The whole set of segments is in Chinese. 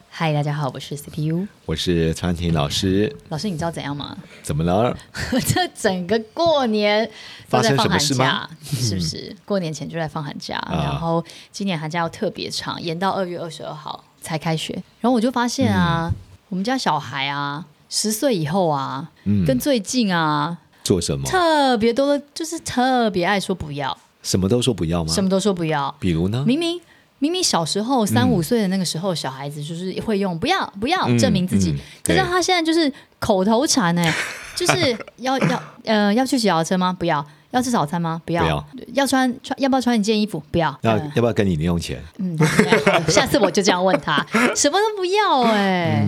嗨，大家好，我是 CPU 我是传婷老师，老师，你知道怎样吗？怎么了？ 这整个过年都在放发生什么寒事假吗，嗯啊是不是？过年前就在放寒假，然后今年寒假又特别长，延到二月二十二号才开学。然后我就发现嗯啊，我们家小孩啊，十岁以后啊，嗯跟最近啊，做什么？特别多的，就是特别爱说不要，什么都说不要吗？什么都说不要。比如呢？明明明明小时候三五岁的那个时候，小孩子就是会用不要不要嗯证明自己，嗯可是对他现在就是口头禅 哎、就是要要呃要去洗脚车吗？不要。要吃早餐吗？不要。不要要穿穿要不要穿一件衣服？不要。要嗯要不要跟你零用钱？嗯，对下次我就这样问 他，什么都不要哎、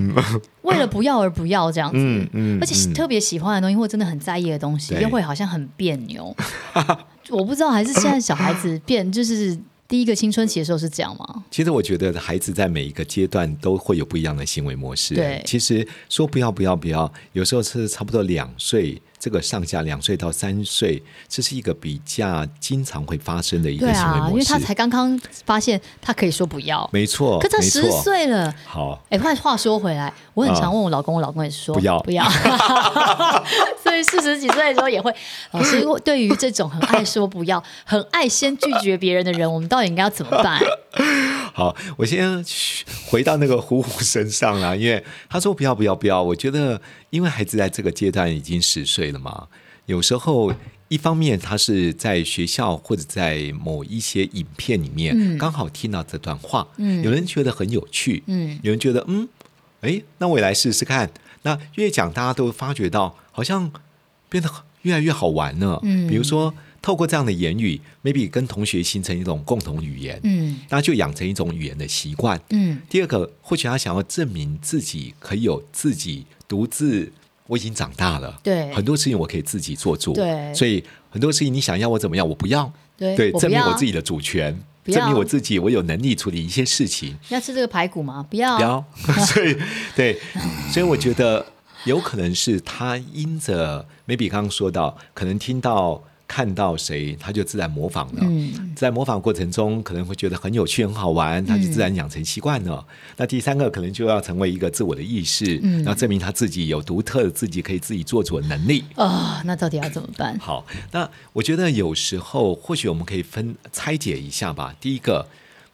为了不要而不要这样子。嗯嗯而且嗯特别喜欢的东西，或者真的很在意的东西，对又会好像很别扭。 我不知道，还是现在小孩子变，就是第一个青春期的时候是这样吗？其实我觉得孩子在每一个阶段都会有不一样的行为模式。对其实说不要不要不要，有时候是差不多两岁这个上下，两岁到三岁，这是一个比较经常会发生的一对个行为模啊，式。因为他才刚刚发现他可以说不要，没错，可他没十错。岁了。好，哎，话话说回来，我很啊常问我老公，我老公也是说不要不要， 所以四十几岁的时候也会。老师，我对于这种很爱说不 要、很爱先拒绝别人的人，我们到底应该要怎么办？ 好，我先回到那个虎虎身上啦，因为他说不要不要不要，我觉得因为孩子在这个阶段已经十岁了嘛，有时候一方面他是在学校或者在某一些影片里面、嗯刚好听到这段话，嗯有人觉得很有趣，嗯有人觉得嗯，诶，那我也来试试看。那越讲，大家都发觉到好像变得越来越好玩了，嗯比如说透过这样的言语，maybe 跟同学形成一种共同语言，嗯那就养成一种语言的习惯。嗯第二个，或许他想要证明自己可以有自己独自，我已经长大了，对很多事情我可以自己做主，对所以很多事情你想要我怎么样，我不要，对我不证明要我啊自己的主权，不要证明我自己我有能力处理一些事情，要吃这个排骨吗？不要啊不要， 所以对，所以我觉得有可能是他因着 maybe 刚刚说到，可能听到。看到谁，他就自然模仿了。嗯在模仿过程中，可能会觉得很有趣、很好玩，他就自嗯然养成习惯了。那第三个可能就要成为一个自我的意识，嗯然后证明他自己有独特的自己可以自己做主的能力。啊、那到底要怎么办？好，那我觉得有时候或许我们可以分拆解一下吧。第一个，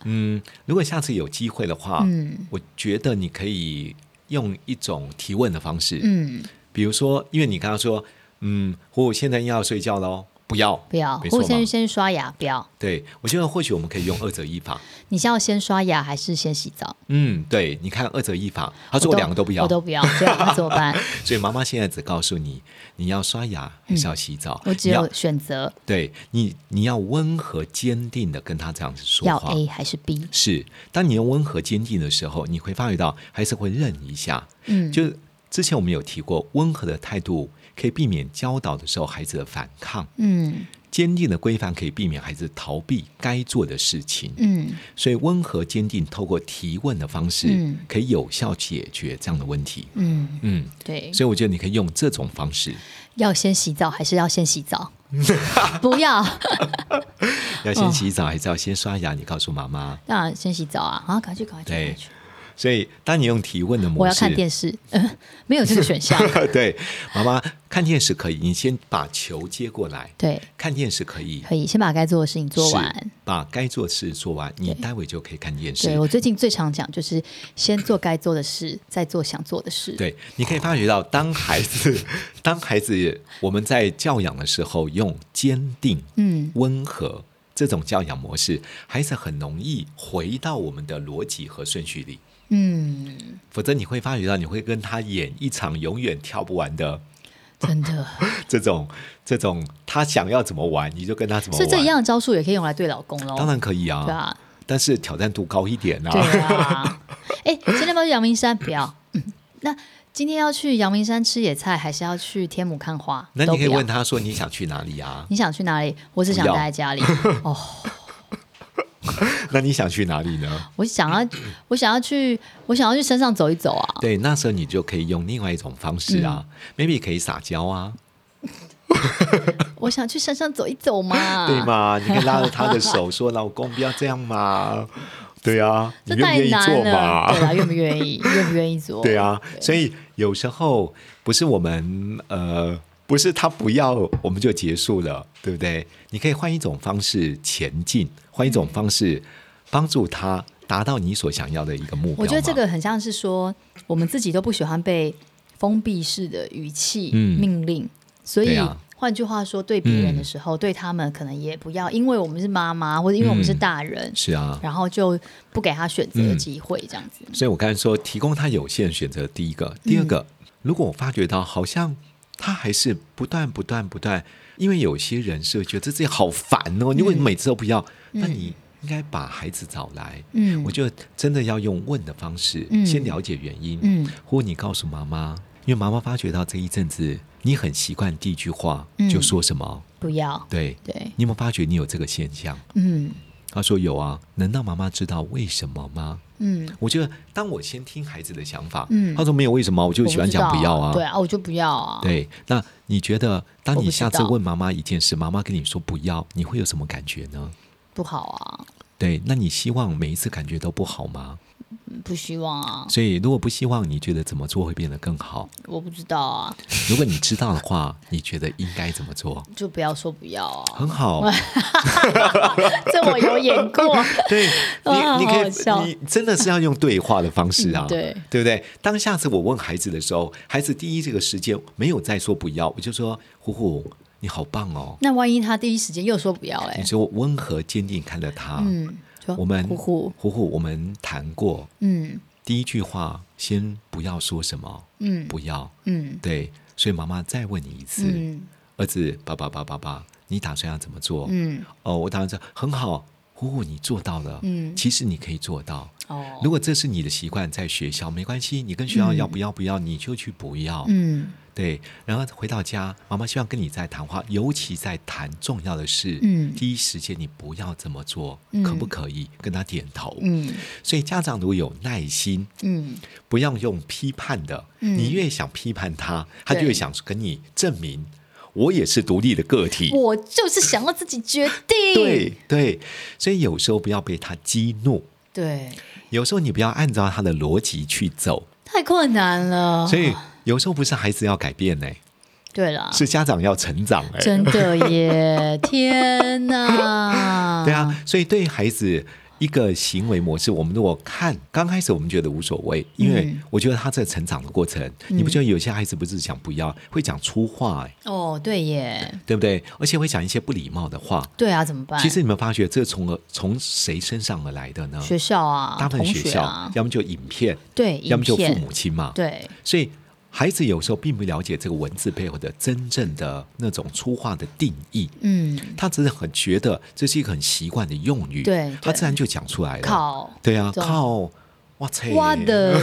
嗯，如果下次有机会的话，嗯我觉得你可以用一种提问的方式，嗯，比如说，因为你刚刚说，嗯，我现在要睡觉喽，不要，不要，没或错者先嘛去先去刷牙，不要。对，我觉得或许我们可以用二者一法。你是要先刷牙还是先洗澡？嗯，对，你看二者一法，他我说我两个都不要，我都不要，对，那怎么办？ 所以妈妈现在只告诉你，你要刷牙还是要洗澡，嗯我只你要有选择对你，你要温和坚定的跟他这样子说要话。 A 还是 B。是，当你用温和坚定的时候，你会发觉到还是会认一下。嗯，就之前我们有提过，温和的态度可以避免教导的时候孩子的反抗，嗯坚定的规范可以避免孩子逃避该做的事情。嗯所以温和坚定，透过提问的方式，嗯可以有效解决这样的问题。嗯，哦嗯，对，所以我觉得你可以用这种方式，要先洗澡还是要先洗 澡？不要，要先洗澡还是要先刷牙？你告诉妈妈。当然先洗澡啊！啊，赶快去，赶快去，赶快对去！所以当你用提问的模式，我要看电视， 呃没有这个选项。 对，妈妈看电视可以，你先把球接过来， 对，看电视可以。可以先把该做的事情做是完。，把该做的事做完，你待会就可以看电视对。我最近最常讲就是先做该做的事，再做想做的事。对，你可以发觉到，当孩 子，当孩子，我们在教养的时候，用坚定、嗯温和这种教养模式，孩子很容易回到我们的逻辑和顺序里。嗯，否则你会发觉到，你会跟他演一场永远跳不完的 真的。这种这种，他想要怎么玩你就跟他怎么所玩。以这一样的招数也可以用来对老公喽。当然可以啊，对啊，但是挑战度高一点 啊。对啊。哎，今天要不要去阳明山？不要。嗯那今天要去阳明山吃野菜，还是要去天母看花？那都你可以不要问他说你想去哪里啊？你想去哪里？我只想不要待在家里。哦， 那你想去哪里呢？我想要，我想要去，我想要去山上走一走啊。对，那时候你就可以用另外一种方式啊、m a y b e 可以撒娇啊，我想去山上走一走嘛。对？嘛？你可以拉着他的手说：“老公，不要这样 嘛。”对啊，你这愿太不愿意难做了，对啊嘛？吧？愿不愿意？愿不愿意做？ 对啊，所以有时候不是我们呃，不是他不要我们就结束了，对不对？你可以换一种方式前进，换一种方式帮助他达到你所想要的一个目标嘛。我觉得这个很像是说，我们自己都不喜欢被封闭式的语气、嗯命令，所对以。啊换句话说，对别人的时候，对他们可能也不要，因为我们是妈妈，或者因为我们是嗯大人，是啊，然后就不给他选择的嗯机会，这样子。所以我刚才说，提供他有限选择，第一个，嗯第二个，如果我发觉到好像他还是不断、不断、不断，因为有些人是觉得自己好烦嗯哦，你为什么每次都不要？那你应该把孩子找来，嗯我就真的要用问的方式，嗯先了解原因，嗯或你告诉妈妈，因为妈妈发觉到这一阵子你很习惯第一句话嗯就说什么，不要，对，对，你有没有发觉你有这个现象？嗯她说有啊，能让妈妈知道为什么吗？嗯，我觉得，当我先听孩子的想法，嗯他说没有为什么，我就喜欢讲我不知道要啊，对啊，我就不要啊，，对那你觉得，当我不你知下次道问妈妈一件事，妈妈跟你说不要，你会有什么感觉呢？不好啊，对，那你希望每一次感觉都不好吗？嗯不希望啊，所以，如果不希望，你觉得怎么做会变得更好？我不知道啊，如果你知道的话，你觉得应该怎么做？就不要说不要啊， 很好，这我有演过， 对哇你，你好好笑可以，你真的是要用对话的方式啊，嗯对对不对？当下次我问孩子的时候，孩子第一这个时间没有再说不要，我就说虎虎，你好棒哦。 那万一他第一时间又说不要你嘞，说温和坚定看着他，嗯，说我们呼呼，虎虎，我们谈过嗯第一句话，先不要说什么，嗯不要嗯对，所以妈妈再问你一次，嗯儿子，爸爸爸爸爸，你打算要怎么做？嗯，哦，我打算说很好，虎虎你做到了，嗯其实你可以做到。哦，如果这是你的习惯，在学校没关系，你跟学校要不要不要，你就去不要。嗯对，然后回到家，妈妈希望跟你在谈话，尤其在谈重要的事，嗯第一时间你不要这么做，嗯可不可以跟他点头？嗯所以家长如果有耐心，嗯不要用批判的，嗯你越想批判他，他就对越想跟你证明，我也是独立的个体。我就是想要自己决定， 对对，所以有时候不要被他激怒，对，有时候你不要按照他的逻辑去走，太困难了，所以有时候不是孩子要改变呢、对啦，是家长要成长哎、啊真的耶！天哪！ 对啊，，所以对于孩子一个行为模式，我们如果看刚开始我们觉得无所谓，因为嗯我觉得他在成长的过程，你不觉得有些孩子不是讲不要，会讲粗话、哎，哦，对耶，对不对？而且会讲一些不礼貌的话。对啊，怎么办？其实你们发觉这从而从谁身上而来的呢？学校啊，大部分同学学校，啊，要么就影片，对，要么就影父片母亲嘛。对，所以孩子有时候并不了解这个文字背后的真正的那种粗话的定义。嗯，他只是很觉得这是一个很习惯的用语，对他对自然就讲出来了。靠，对啊，这种靠，哇塞，我的，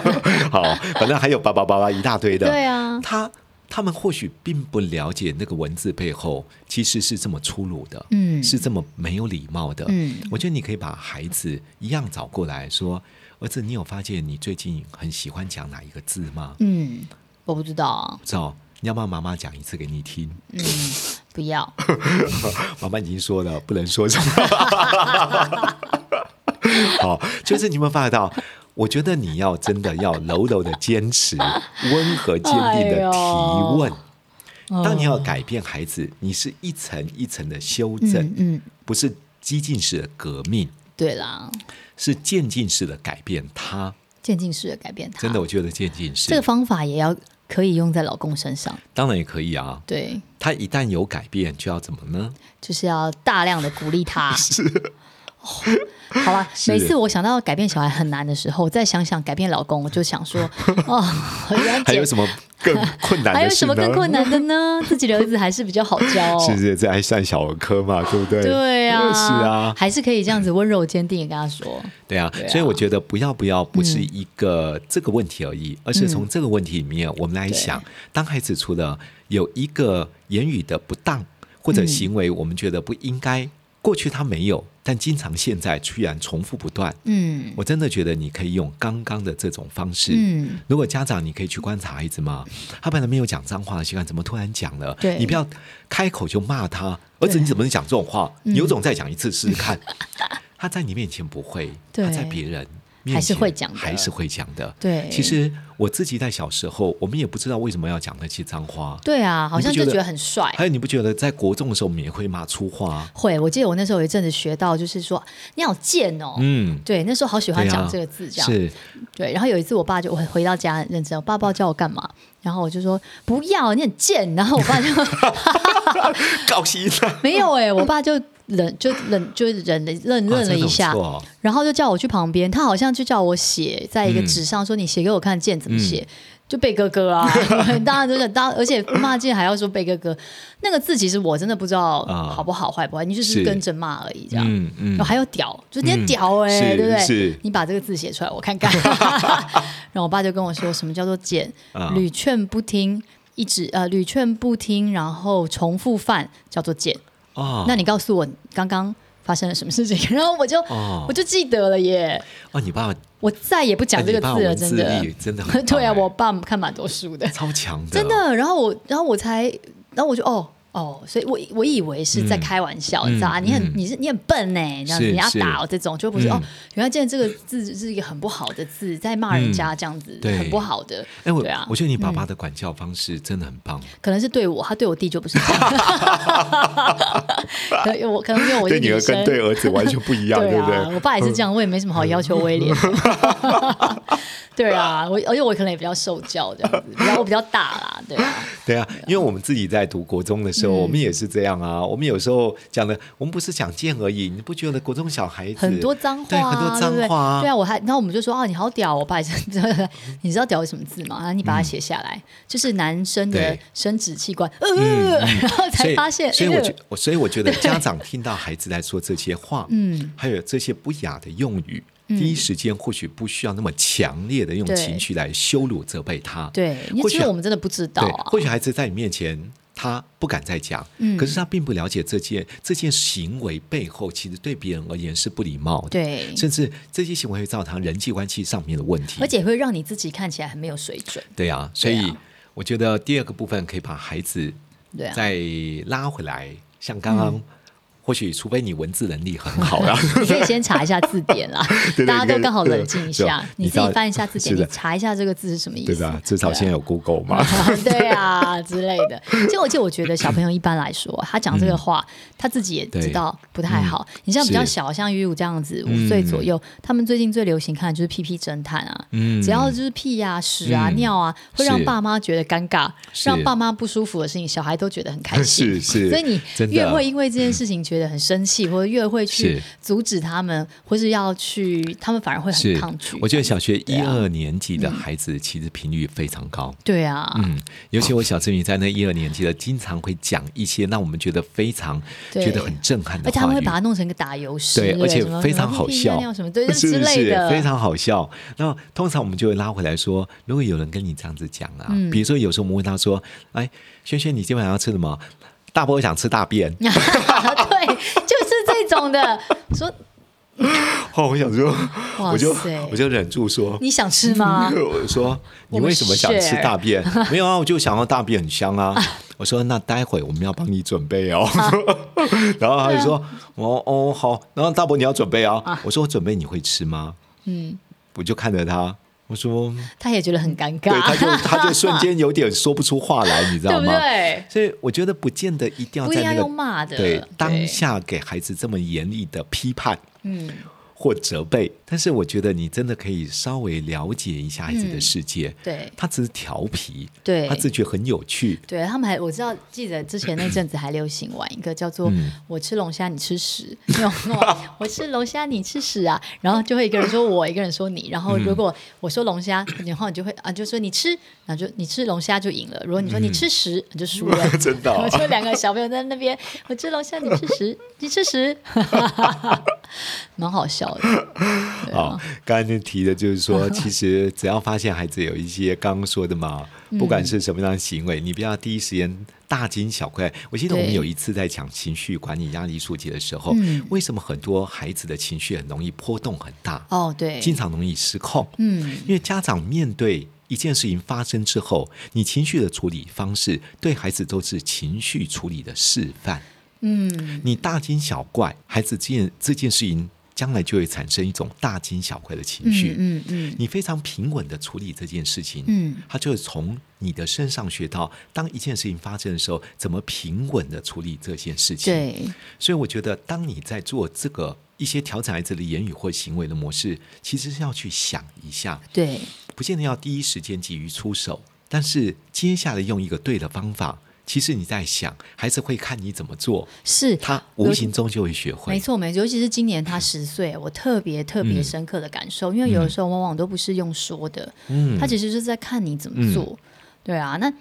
好，反正还有叭叭叭叭一大堆的。对啊，他他们或许并不了解那个文字背后其实是这么粗鲁的，嗯是这么没有礼貌的。嗯我觉得你可以把孩子一样找过来说。儿子，你有发现你最近很喜欢讲哪一个字吗？嗯，我不知道啊，不知道，你要不要妈妈讲一次给你听？嗯，不要，妈妈已经说了，不能说什么。 好，就是你有没有发觉到？我觉得你要真的要柔柔的坚持，温和坚定的提哎问。当你要改变孩子，你是一层一层的修正嗯，嗯，不是激进式的革命，对啦，是渐进式的改变他。渐进式的改变它，真的，我觉得渐进式，这个方法也要可以用在老公身上，当然也可以啊。对，他一旦有改变，就要怎么呢？就是要大量的鼓励 他。是。好吧，每次我想 到改变小孩很难的时候，再想想改变老公，我就想说，哦，原来还有姐什么 更困难的事呢？还有什么更困难的 呢？自己的儿子还是比较好教、哦。是不是这还算小儿 科嘛？对不对？对啊，是啊，还是可以这样子温柔坚定的跟他说。对啊，对啊所以我觉得不要不要不是一个这个问题而嗯已，而是从这个问题里面我们来想，当孩子除了有一个言语的不当或者行为，我们觉得不应该，过去他没有，但经常现在居然重复不断，嗯我真的觉得你可以用刚刚的这种方式。嗯，如果家长，你可以去观察孩子嘛，他本来没有讲脏话的习惯，怎么突然讲了？对你不要开口就骂他，儿子对嗯你怎么能讲这种话？你有种再讲一次试试看。他在你面前不会，对他在别人面前还是会讲的还是会讲的。对其实我自己在小时候，我们也不知道为什么要讲那些脏话。对啊，好像你不就觉得觉得很帅。还有，你不觉得在国中的时候，我们也会骂粗话啊？会，我记得我那时候有一阵子学到，就是说你好贱哦。嗯，对，那时候好喜欢对啊讲这个字，这样、是对。然后有一次，我爸就我回到家很认真，我爸不知道叫我干嘛，然后我就说不要，你很贱。然后我 爸就高兴啊！没有哎、我爸就忍就忍就忍了愣哇愣了一下，真啊的很不错哦然后就叫我去旁边，他好像就叫我写在一个嗯纸上，说你写给我看见怎么写。 就贝哥哥啊， 当然就是当，而且骂进还要说贝哥哥，那个字其实我真的不知道啊好不好坏不坏，你就是是跟着骂而已这样。嗯嗯然后还有屌，就是你很屌哎、是对不对是？你把这个字写出来我看 看。然后我爸就跟我说，什么叫做贱啊？屡劝不听，一直呃屡劝不听，然后重复犯叫做贱。哦，那你告诉我刚刚发生了什么事情？ 然后我就、哦我就记得了耶，哦，你爸我再也不讲这个哎字你爸了，文真字的 狱。真的很棒对啊，哎我爸看蛮多书的， 超强的，真的。然后我，然后我才，然后我就哦。哦，所以我我以为是在开玩笑，嗯你知道啊？嗯你很嗯你是你很笨呢，这样子是你要是打我这种，就不是嗯哦。原来见这个字是一个很不好的字，在骂人家这样子，嗯对很不好的。哎，我对啊嗯我，觉得你爸爸的管教方式真的很棒，可能是对我，他对我弟就不是这样。 对，我可能因为我是女生，儿子完全不嗯一对啊，我爸也是这样，我也没什么好要求威廉。嗯 对啊，我而且我可能也比较受教这样子，比较我比较大啦，对啊，嗯对啊，因为我们自己在读国中的时候，我们也是这样啊。我们有时候讲的，我们不是讲贱而已，你不觉得国中小孩子很多脏话对啊，很多对不对脏话啊对啊，我还然后我们就说啊，你好屌哦，我爸也是， 你知道屌是什么字吗？然后你把它写下来，就是男生的嗯对嗯生殖器官，呃，然后所才以发现，所以我觉哎我所以我觉得家长听到孩子在说这些话，嗯，还有这些不雅的用语，第一时间或许不需要那么强烈的用嗯对情绪来羞辱责备他，对，因为或其许实我们真的不知道对，啊或，许孩子在你面前他不敢再讲，嗯可是他并不了解这件这件行为背后其实对别人而言是不礼貌的，对，甚至这些行为会造成人际关系上面的问题而。且会让你自己看起来很没有水准，对啊，所对以啊我觉得第二个部分可以把孩子对啊。嗯再拉回来，像刚刚。或许，除非你文字能力很好啊 啦，你可以先查一下字典啦， 对对大家你可都以刚好冷静一对下你对，自你己知道翻一下字典，是你的查一下这个字是嗯什么意思，啊对吧？至少现在有 Google 嘛。 对啊之类的。其实我，其实我觉得小朋友一般来说，他讲这个话，嗯他自己也知道不太好。你像比较是小，像玉如这样子，五岁左右，他们最近最流行看的就是屁屁侦探啊，嗯只要就是屁呀、屎啊、嗯尿啊，会让是爸妈觉得尴尬，是让爸妈不舒服的事情，小孩都觉得很开心。 是是所以你真的越会因为这件事情觉得很生气，或者越会去是阻止他们，或是要去，他们反而会很是抗拒。，我觉得小学对一啊二年级的孩子其实频率非常高。对啊，嗯，尤其我小侄女在那一二年级的，经常会讲一些让我们觉得非常对觉得很震撼的而且他们话会语把。它弄成一个打油诗，对，不而且什么非常什么好屁屁笑尿，什么对是之是类的，。非常好笑。那通常我们就会拉回来说，如果有人跟你这样子讲啊，比如说有时候我们问他说：“哎，轩轩，你今晚要吃什么？”大波想吃大便 对，就是这种的。 说 哦，我想说，哇我就塞我就忍住说，你想吃 吗？我说啊我你们为什么想吃 share 大便？没有啊，我就想要大便很 香啊。我说那待会我们要帮你准备哦。啊 然后他就说哦哦好，然后大伯你要准备哦。我说我准备你会吃啊吗？嗯，我就看着他，我说他也觉得很尴尬，对，他就他就瞬间有点说不出话来，你知 对道不吗？对？所以我觉得不见得一定要不一在定要那个用骂的，对当下给孩子这么严厉的批判，嗯，或责备，但是我觉得你真的可以稍微了解一下孩子的世界。嗯对他只是调皮，对他自觉很有趣，对他们还我知道，记得之前那阵子还流行玩一个叫做嗯“我吃龙虾你吃屎”，那种那 种我吃龙虾你吃屎啊，然后就会一个人说我，一个人说你，然后嗯如果我说龙虾，然后你就会啊就说你吃，然后就你吃龙虾就赢了，如果你说你吃屎，你就 输了。 嗯真的哦 我就两个小朋友在那边，我吃龙虾你吃屎，你吃 屎，蛮好笑的。啊、刚才那提的就是 说，其实只要发现孩子有一些刚刚说的嘛，嗯不管是什么样的行为，你不要第一时间大惊小怪。我记得我们对有一次在讲情绪管理压力疏解的时候，嗯为什么很多孩子的情绪很容易波动很大，哦，对，经常容易失控？嗯，因为家长面对一件事情发生之后，你情绪的处理方式对孩子都是情绪处理的示范。嗯，你大惊小怪，孩子这件这件事情将来就会产生一种大惊小怪的情绪。嗯嗯你非常平稳的处理这件事情，嗯，他就会从你的身上学到，当一件事情发生的时候，怎么平稳的处理这件事情。对，所以我觉得，当你在做这个一些调整孩子的言语或行为的模式，其实是要去想一下，对，不见得要第一时间急于出手，但是接下来用一个对的方法，其实你在想，孩子会看你怎么做，是他无形中就会学会。嗯没错，没错，尤其是今年他十岁，我特别特别深刻的感受，因为有的时候往往都不是用说的，嗯他其实就是在看你怎么做。对啊，那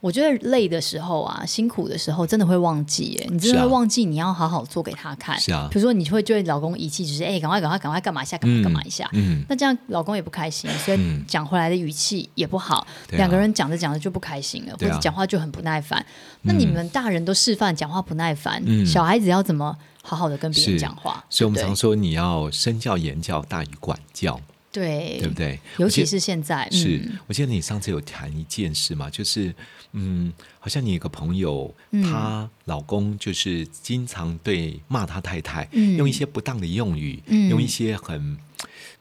我觉得累的时候啊，辛苦的时候，真的会忘记耶，你真的是啊会忘记你要好好做给他看。是啊比如说你会对老公遗弃，只是哎，赶快赶快赶快干嘛一下，赶快干嘛一下。嗯，那这样老公也不开心，所以嗯讲回来的语气也不好，对啊两个人讲着讲着就不开心了，或对啊者讲话就很不耐烦。那你们大人都示范讲话不耐烦，嗯小孩子要怎么好好的跟别人是讲话？所以我们对不常说，你要身教言教大于管教，对对不？对？尤我其记是现在，是嗯，，我记得你上次有谈一件事嘛，就是嗯，好像你有个朋友，嗯她老公就是经常对骂她太太，嗯用一些不当的用语，嗯用一些很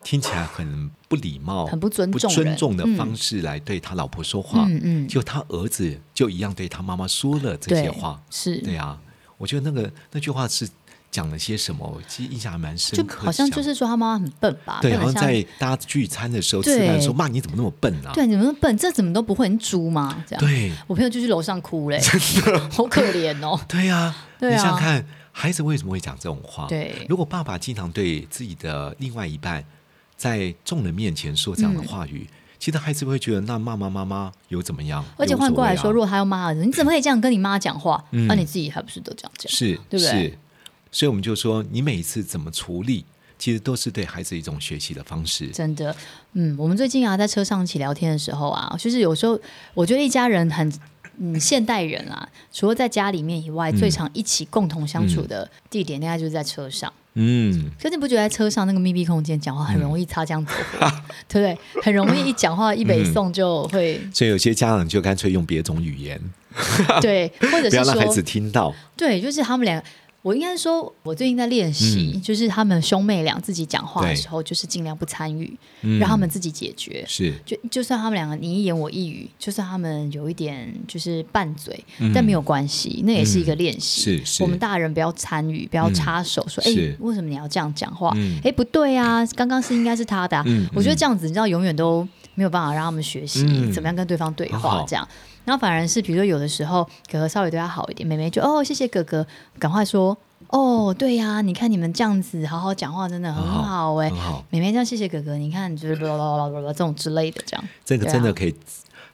听起来很不礼貌、很不尊重人尊重的嗯方式来对他老婆说话，嗯嗯就他儿子就一样对他妈妈说了这些对话，是，对啊，我觉得那个那句话是讲了些什么，我其实印象还蛮就深刻的，好像就是说他妈妈很笨吧？对，不好能像像在大家聚餐的时候，吃饭对说骂你怎么那么笨啊？对你们笨，这怎么都不会，你猪吗？这样，对我朋友就去楼上哭 嘞，好可怜哦。对呀，对啊你想想看，孩子为什么会讲这种话？对如果爸爸经常对自己的另外一半在众人面前说这样的嗯话语，其实孩子会觉得那骂骂妈妈有怎么样？而且有无所换过来谓啊说，如果他要骂儿子，你怎么可以这样跟你妈讲话？那、嗯你自己还不是都这样讲？是，对不对是，所以我们就说，你每一次怎么处理，其实都是对孩子一种学习的方式。真的，嗯，我们最近啊，在车上一起聊天的时候啊，就是有时候我觉得一家人很，嗯，现代人啊，除了在家里面以外，嗯最常一起共同相处的地点，应该就是在车上。嗯，可是你不觉得在车上那个密闭空间讲话很容易擦枪走 火，对不对？很容易一讲话一嗯北宋就 会、所以有些家长就干脆用别种语言，对，或者不是要让孩说子听到。对，就是他们俩。我应该说，我最近在练习，嗯就是他们兄妹俩自己讲话对的时候，就是尽量不参与，嗯让他们自己解决。是，就就算他们两个你一言我一语，就算他们有一点就是拌嘴，但没有关系，那也是一个练习。嗯嗯是是嗯我们大人不要参与，不要插手，说哎、是为什么你要这样讲话？哎、嗯不对啊，刚刚是应该是他的、啊。嗯我觉得这样子，你知道，永远都没有办法让他们学习、嗯怎么样跟对方对很话好这样。然后反而是，比如说有的时候哥哥稍微对他好一点，妹妹就哦谢谢哥哥，赶快说哦对呀、你看你们这样子好好讲话真的很很好好哎、很好妹妹这样谢谢哥哥，你看就是啦啦啦啦啦这种之类的，这样这个对啊真的可以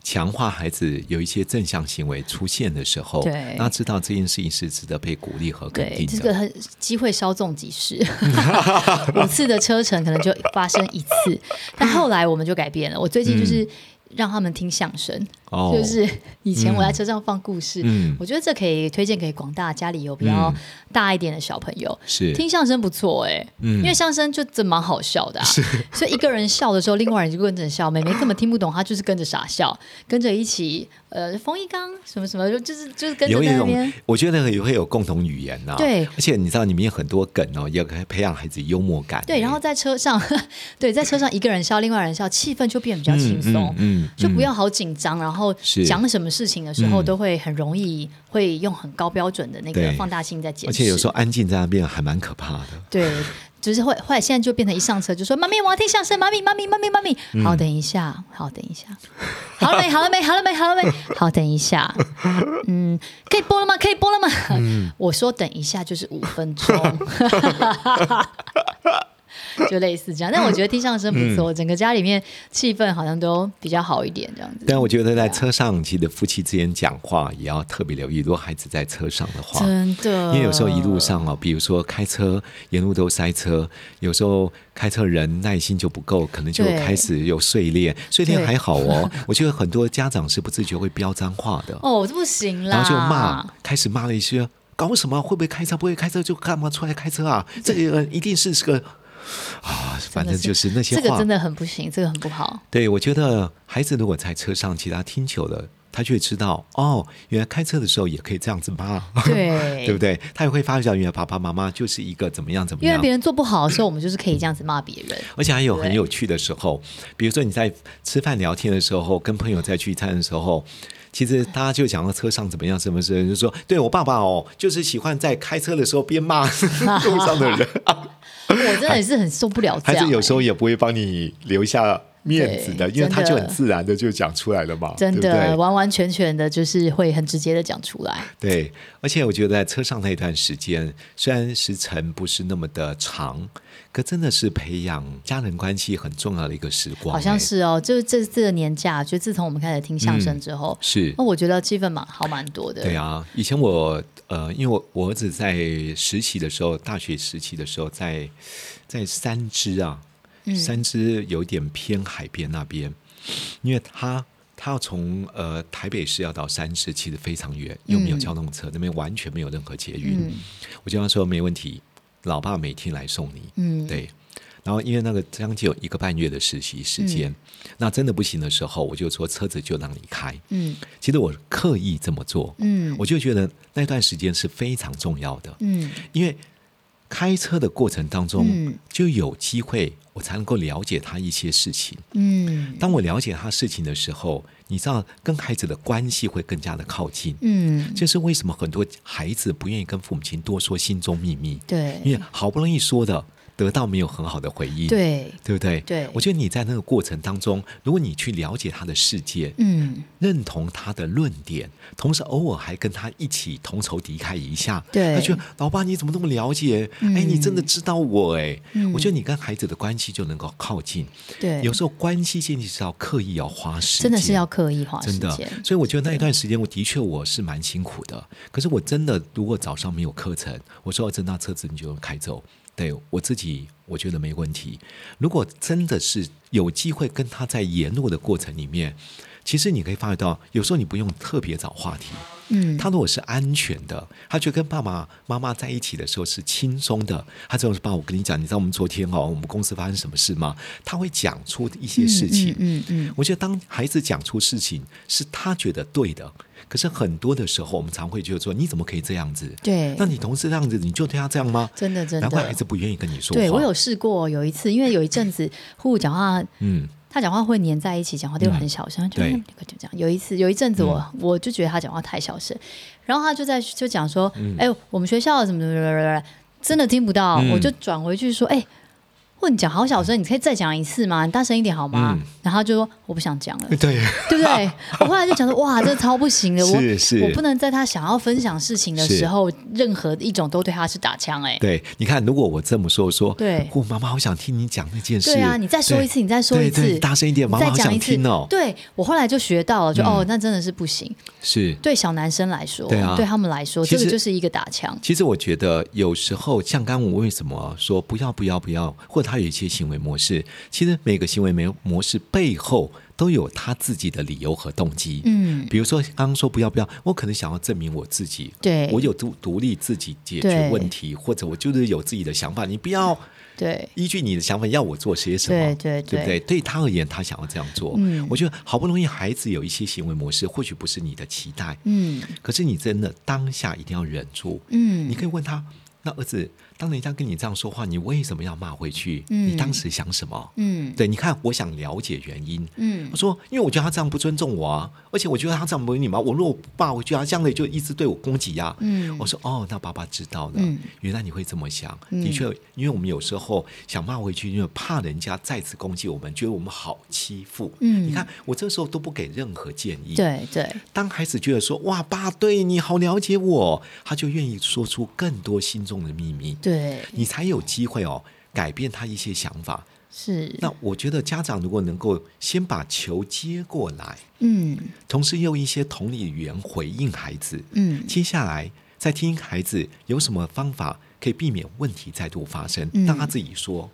强化孩子有一些正向行为出现的时候，对让他知道这件事情是值得被鼓励和肯对定这个的。很机会稍纵即 逝，五次的车程可能就发生一次。但后来我们就改变了，我最近就是让他们听相声，嗯哦就是以前我在车上放故事，嗯我觉得这可以推荐给广大家里有比较嗯大一点的小朋友。是，听相声不错哎、嗯因为相声就真蛮好笑的、啊，所以一个人笑的时候，另外人就跟着笑。妹妹根本听不懂，她就是跟着傻笑，跟着一起呃，冯一刚什么什么，就就是就是跟着有一在那种边，我觉得也会有共同语言呐、对而且你知道里面有很多梗哦，也可以培养孩子幽默感。欸对，然后在车上，对，在车上一个人笑，另外人笑，气氛就变得比较轻松，嗯嗯嗯就不要好紧张。然后是讲什么事情的时候，嗯都会很容易会用很高标准的那个对放大镜在解释，嗯而且有时候安静在那边还蛮可怕的。对，就是后来后来现在就变成一上车就说妈咪我要听相声，妈咪妈咪妈咪妈咪，嗯好等一下，好等一下，好了没好了没好了没好了没，好等一下，嗯，可以播了吗？可以播了吗？嗯我说等一下就是五分钟。就类似这样，但我觉得听相声不嗯错，整个家里面气氛好像都比较好一点，这样子。但我觉得在啊车上，其实夫妻之间讲话也要特别留意，如果孩子在车上的话，真的，因为有时候一路上哦，比如说开车，沿路都塞车，有时候开车人耐心就不够，可能就对开始有碎裂。碎裂对还好 哦，我觉得很多家长是不自觉会飙脏话的，哦，这不行啦，然后就骂，开始骂了一些搞什么？会不会开车？不会开车就干嘛出来开车啊？这个人一定是是个啊，反正就是那些这个话真。的很不行，这个很不好。对，我觉得孩子如果在车上，其实他听久了，他就会知道哦，原来开车的时候也可以这样子骂。对， 对不对？他也会发觉到原来爸爸妈妈就是一个怎么样怎么因为样别。人做不好的时候，我们就是可以这样子骂别 人。而且还有对很有趣的时候，比如说你在吃饭聊天的时候，跟朋友在聚餐的时候，其实大家就讲到车上怎么样，什么事，就说对我爸爸哦，就是喜欢在开车的时候 边骂路上的人，我真的也是很受不了哦这孩样、子有时候也不会帮你留下面子的，对因为他真就的很自然的就讲出来了嘛，真的对不对？完完全全的，就是会很直接的讲出来。对，而且我觉得在车上那段时间，虽然时辰不是那么的长，可真的是培养家人关系很重要的一个时光、好像哎是哦，就是这次的年假，就自从我们开始听相声之后，是那、，我觉得气氛蛮好蛮多的。嗯对啊。以前我呃，因为我我儿子在实习的时候，大学实习的时候在，在三芝啊，嗯三芝有点偏海边那边，因为他。他要从呃台北市要到三芝，其实非常远，又没有嗯交通车，那边完全没有任何捷运。嗯我就跟他说没问题，老爸每天来送你。嗯，对。然后因为那个将近有一个半月的实习时间，嗯那真的不行的时候，我就说车子就让你开。嗯其实我刻意这么做，嗯我就觉得那段时间是非常重要的，嗯因为开车的过程当中、嗯就有机会，我才能够了解他一些事情。嗯当我了解他事情的时候，你知道跟孩子的关系会更加的靠近。嗯，这是为什么很多孩子不愿意跟父母亲多说心中秘密，因对为好不容易说的，得到没有很好的回应。对，对不对？对我觉得你在那个过程当中，如果你去了解他的世界，嗯认同他的论点，同时偶尔还跟他一起同仇敌忾一下，对他觉得老爸你怎么那么了解？哎，你真的知道我哎、嗯我觉得你跟孩子的关系就能够靠近。对，有时候关系建立是要刻意要花时间，真的是要刻意花时真的间，。所以我觉得那一段时间，我的确我是蛮辛苦的。可是我真的，如果早上没有课程，我说真那车子你就开走，对我自己我觉得没问题。如果真的是有机会跟他在沿路的过程里面，其实你可以发觉到，有时候你不用特别找话题，嗯，他如果是安全的，他觉得跟爸爸妈妈在一起的时候是轻松的。他这种爸，我跟你讲，你知道我们昨天哦，我们公司发生什么事吗？他会讲出一些事情。嗯嗯嗯我觉得当孩子讲出事情是他觉得对的，可是很多的时候，我们常会觉得说，你怎么可以这样子？对那你同事这样子，你就对他这样吗？真的真难的，怪孩子不愿意跟你说话。对我有试过有一次，因为有一阵子呼呼讲话，嗯他讲话会黏在一起，讲话就很小声，就对嗯就这样。有一次有一阵子我、我就觉得他讲话太小声，然后他就在就讲说，哎、我们学校怎么怎么怎么怎么，真的听不到，嗯我就转回去说，哎、或你讲好小声，你可以再讲一次吗？你大声一点好吗？嗯然后他就说我不想讲了， 对，对不对？我后来就想说，哇，这超不行的，我是是我不能在他想要分享事情的时候，任何一种都对他是打枪、哎，对，你看，如果我这么说，说，对我妈妈好想听你讲那件事。对啊，你再说一次，对你再说一对次对，大声一点，妈妈你再好讲想一次听哦。对我后来就学到了，就、嗯哦，那真的是不行。是，对小男生来说，对啊他们来说，其这实个就是一个打枪。其实我觉得有时候，像刚刚我为什么说不要不要不要，或者他有一些行为模式，其实每个行为模模式背后都有他自己的理由和动机。嗯，比如说刚刚说不要不要，我可能想要证明我自己，对我有独独立自己解决对问题，或者我就是有自己的想法，你不要对，依据你的想法要我做些什对么，对对不对？对他而言，他想要这样做。嗯我觉得好不容易孩子有一些行为模式，或许不是你的期待，嗯可是你真的当下一定要忍住，嗯你可以问他，那儿子，当人家跟你这样说话，你为什么要骂回去？嗯你当时想什么？嗯对，你看，我想了解原因。嗯我说，因为我觉得他这样不尊重我啊，而且我觉得他这样没礼貌。我如果骂回去，他这样的就一直对我攻击呀、嗯我说哦，那爸爸知道了，嗯原来你会这么想。嗯的确，因为我们有时候想骂回去，因为怕人家再次攻击我们，觉得我们好欺负。嗯你看我这时候都不给任何建议。，对对，当孩子觉得说哇，爸对你好了解我，他就愿意说出更多心中的秘密。对，你才有机会哦，改变他一些想法。是，那我觉得家长如果能够先把球接过来，嗯同时用一些同理语言回应孩子，嗯接下来再听孩子有什么方法可以避免问题再度发生，嗯让他自己说。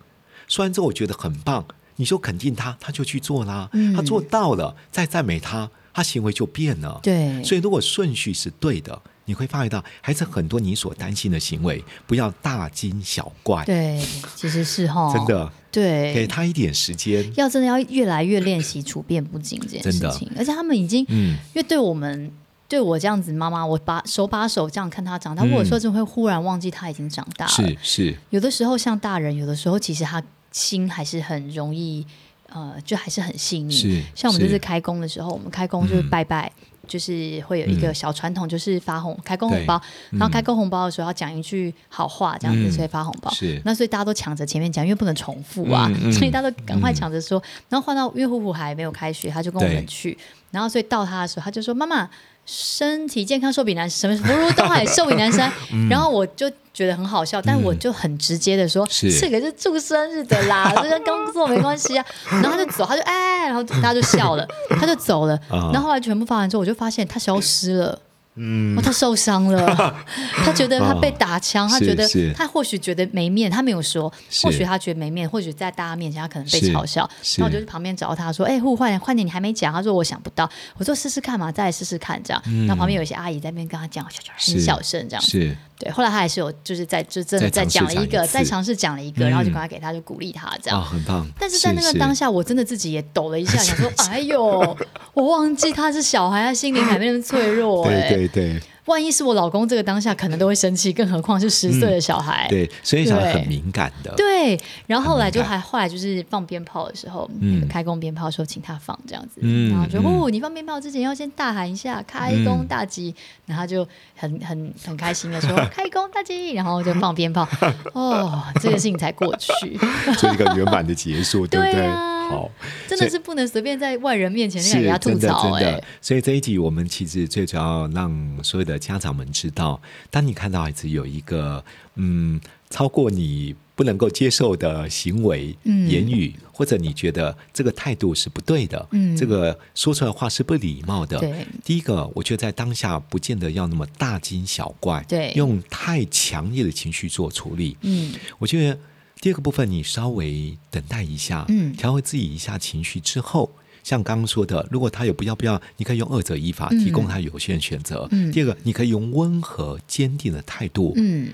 说完之后，我觉得很棒，你就肯定他，他就去做啦，嗯他做到了，再赞美他，他行为就变了。对，所以，如果顺序是对的，你会发觉到孩子很多你所担心的行为，不要大惊小怪。对，其实是哈，真，的，给对，他一点时间。要真的要越来越练习处变不惊这件真事的情，而且他们已经，嗯，因为对我们。对我这样子，妈妈，我把手把手这样看他长大，嗯我有时候就会忽然忘记他已经长大了。是是，有的时候像大人，有的时候其实他心还是很容易，呃，就还是很细腻。是像我们这是次开工的时候，我们开工就是拜拜，就是会有一个嗯小传统，就是发红开工红包。对然后开工红包的时候要讲一句好话，这样子嗯所以发红包。是那所以大家都抢着前面讲，因为不能重复啊，嗯嗯所以大家都赶快抢着说。然后换到岳虎虎还没有开学，他就跟我对们去，然后所以到他的时候，他就说：“妈妈，身体健康寿比南什么福如东海，寿比南 山。嗯然后我就觉得很好笑，但我就很直接的说：“是这个是祝生日的啦，这跟工作没关系啊。”然后他就走，他就哎，然后大家就笑了，他就走了。啊然后后来全部发完之后，我就发现他消失了。嗯、哦，他受伤了， 他觉得他被打枪，他是觉得啊是他或许觉得没面，他没有说，是或许他觉得没面，或许在大家面前他可能被是嘲笑，是那我就去旁边找他说：“哎、互换换点，你还没讲。”他说：“我想不到。”我说：“试试看嘛，再来试试看。”这样，那、旁边有一些阿姨在那边跟他讲，小小很嗯是小声这样子。是，对，后来他还是有，就是在就真的再再尝讲试了一讲个，一次再尝试讲了一个，然后就嗯赶快给他就鼓励他这啊、样。很棒。但是在那个当下，我真的自己也抖了一下，想 说：“哎呦，我忘记他是小孩，他心灵还没那么脆弱、哎，对对对万一是我老公这个当下，可能都会生气，更何况是十岁的小孩。嗯对，所以小孩哎对很敏感的， 对，然后后来就很敏还后来就是放鞭炮的时候，那嗯个开工鞭炮的时候，请他放这样子，嗯然后就嗯哦，你放鞭炮之前要先大喊一下“开工嗯大吉”，然后他就很 很很开心 的说“开工大吉”，然后就放鞭炮，哦，这个事情才过 去，做一个圆满的 结束，对不对？啊对啊好，真所的以是不能随便在外人面前那样是给他真吐的槽真哎、的。所以这一集我们其实最主要让所有的家长们知道，当你看到孩子有一个嗯超过你不能够接受的行为、嗯言语，或者你觉得这个态度是不对的，嗯这个说出来的话是不礼貌的，哎对第一个，我觉得在当下不见得要那么大惊小怪，对用太强烈的情绪做处理，嗯我觉得第二个部分，你稍微等待一下，嗯调回自己一下情绪之后，像刚刚说的，如果他有不要不要，你可以用二者一法嗯提供他有限选择。嗯第二个，你可以用温和坚定的态度嗯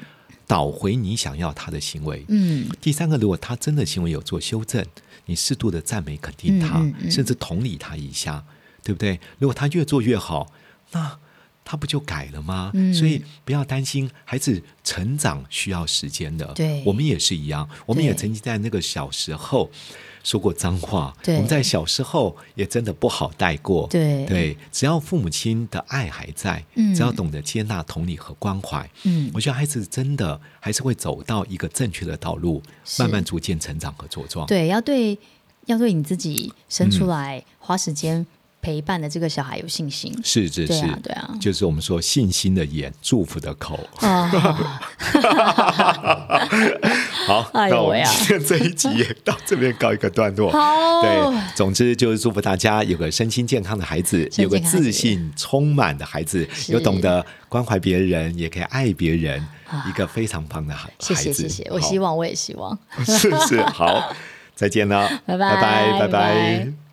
导回你想要他的行为。嗯第三个，如果他真的行为有做修正，你适度的赞美肯定他，嗯嗯嗯甚至同理他一下，对不对？如果他越做越好，那他不就改了吗？嗯所以不要担心，孩子成长需要时间的。对我们也是一样，我们对也曾经在那个小时候说过脏话，我对们在小时候也真的不好带过。对对，只要父母亲的爱还在，嗯只要懂得接纳、同理和关怀，嗯我觉得孩子真的还是会走到一个正确的道路，是慢慢逐渐成长和茁壮。对，要对要对你自己生出嗯来、花时间陪伴的这个小孩有信心，是是对是，啊对啊就是我们说信心的眼，祝福的口。啊、 好，哎呦那我喂们啊今天这一集也到这边告一个段 落。好对，总之就是祝福大家有个身心健康的孩子，身有个健康孩子自信充满的孩子，是有懂得关怀别人，也可以爱别人，啊一个非常棒的孩谢谢孩子谢谢，我好 希望我也希望。是是好，再见了，拜拜拜拜拜拜拜拜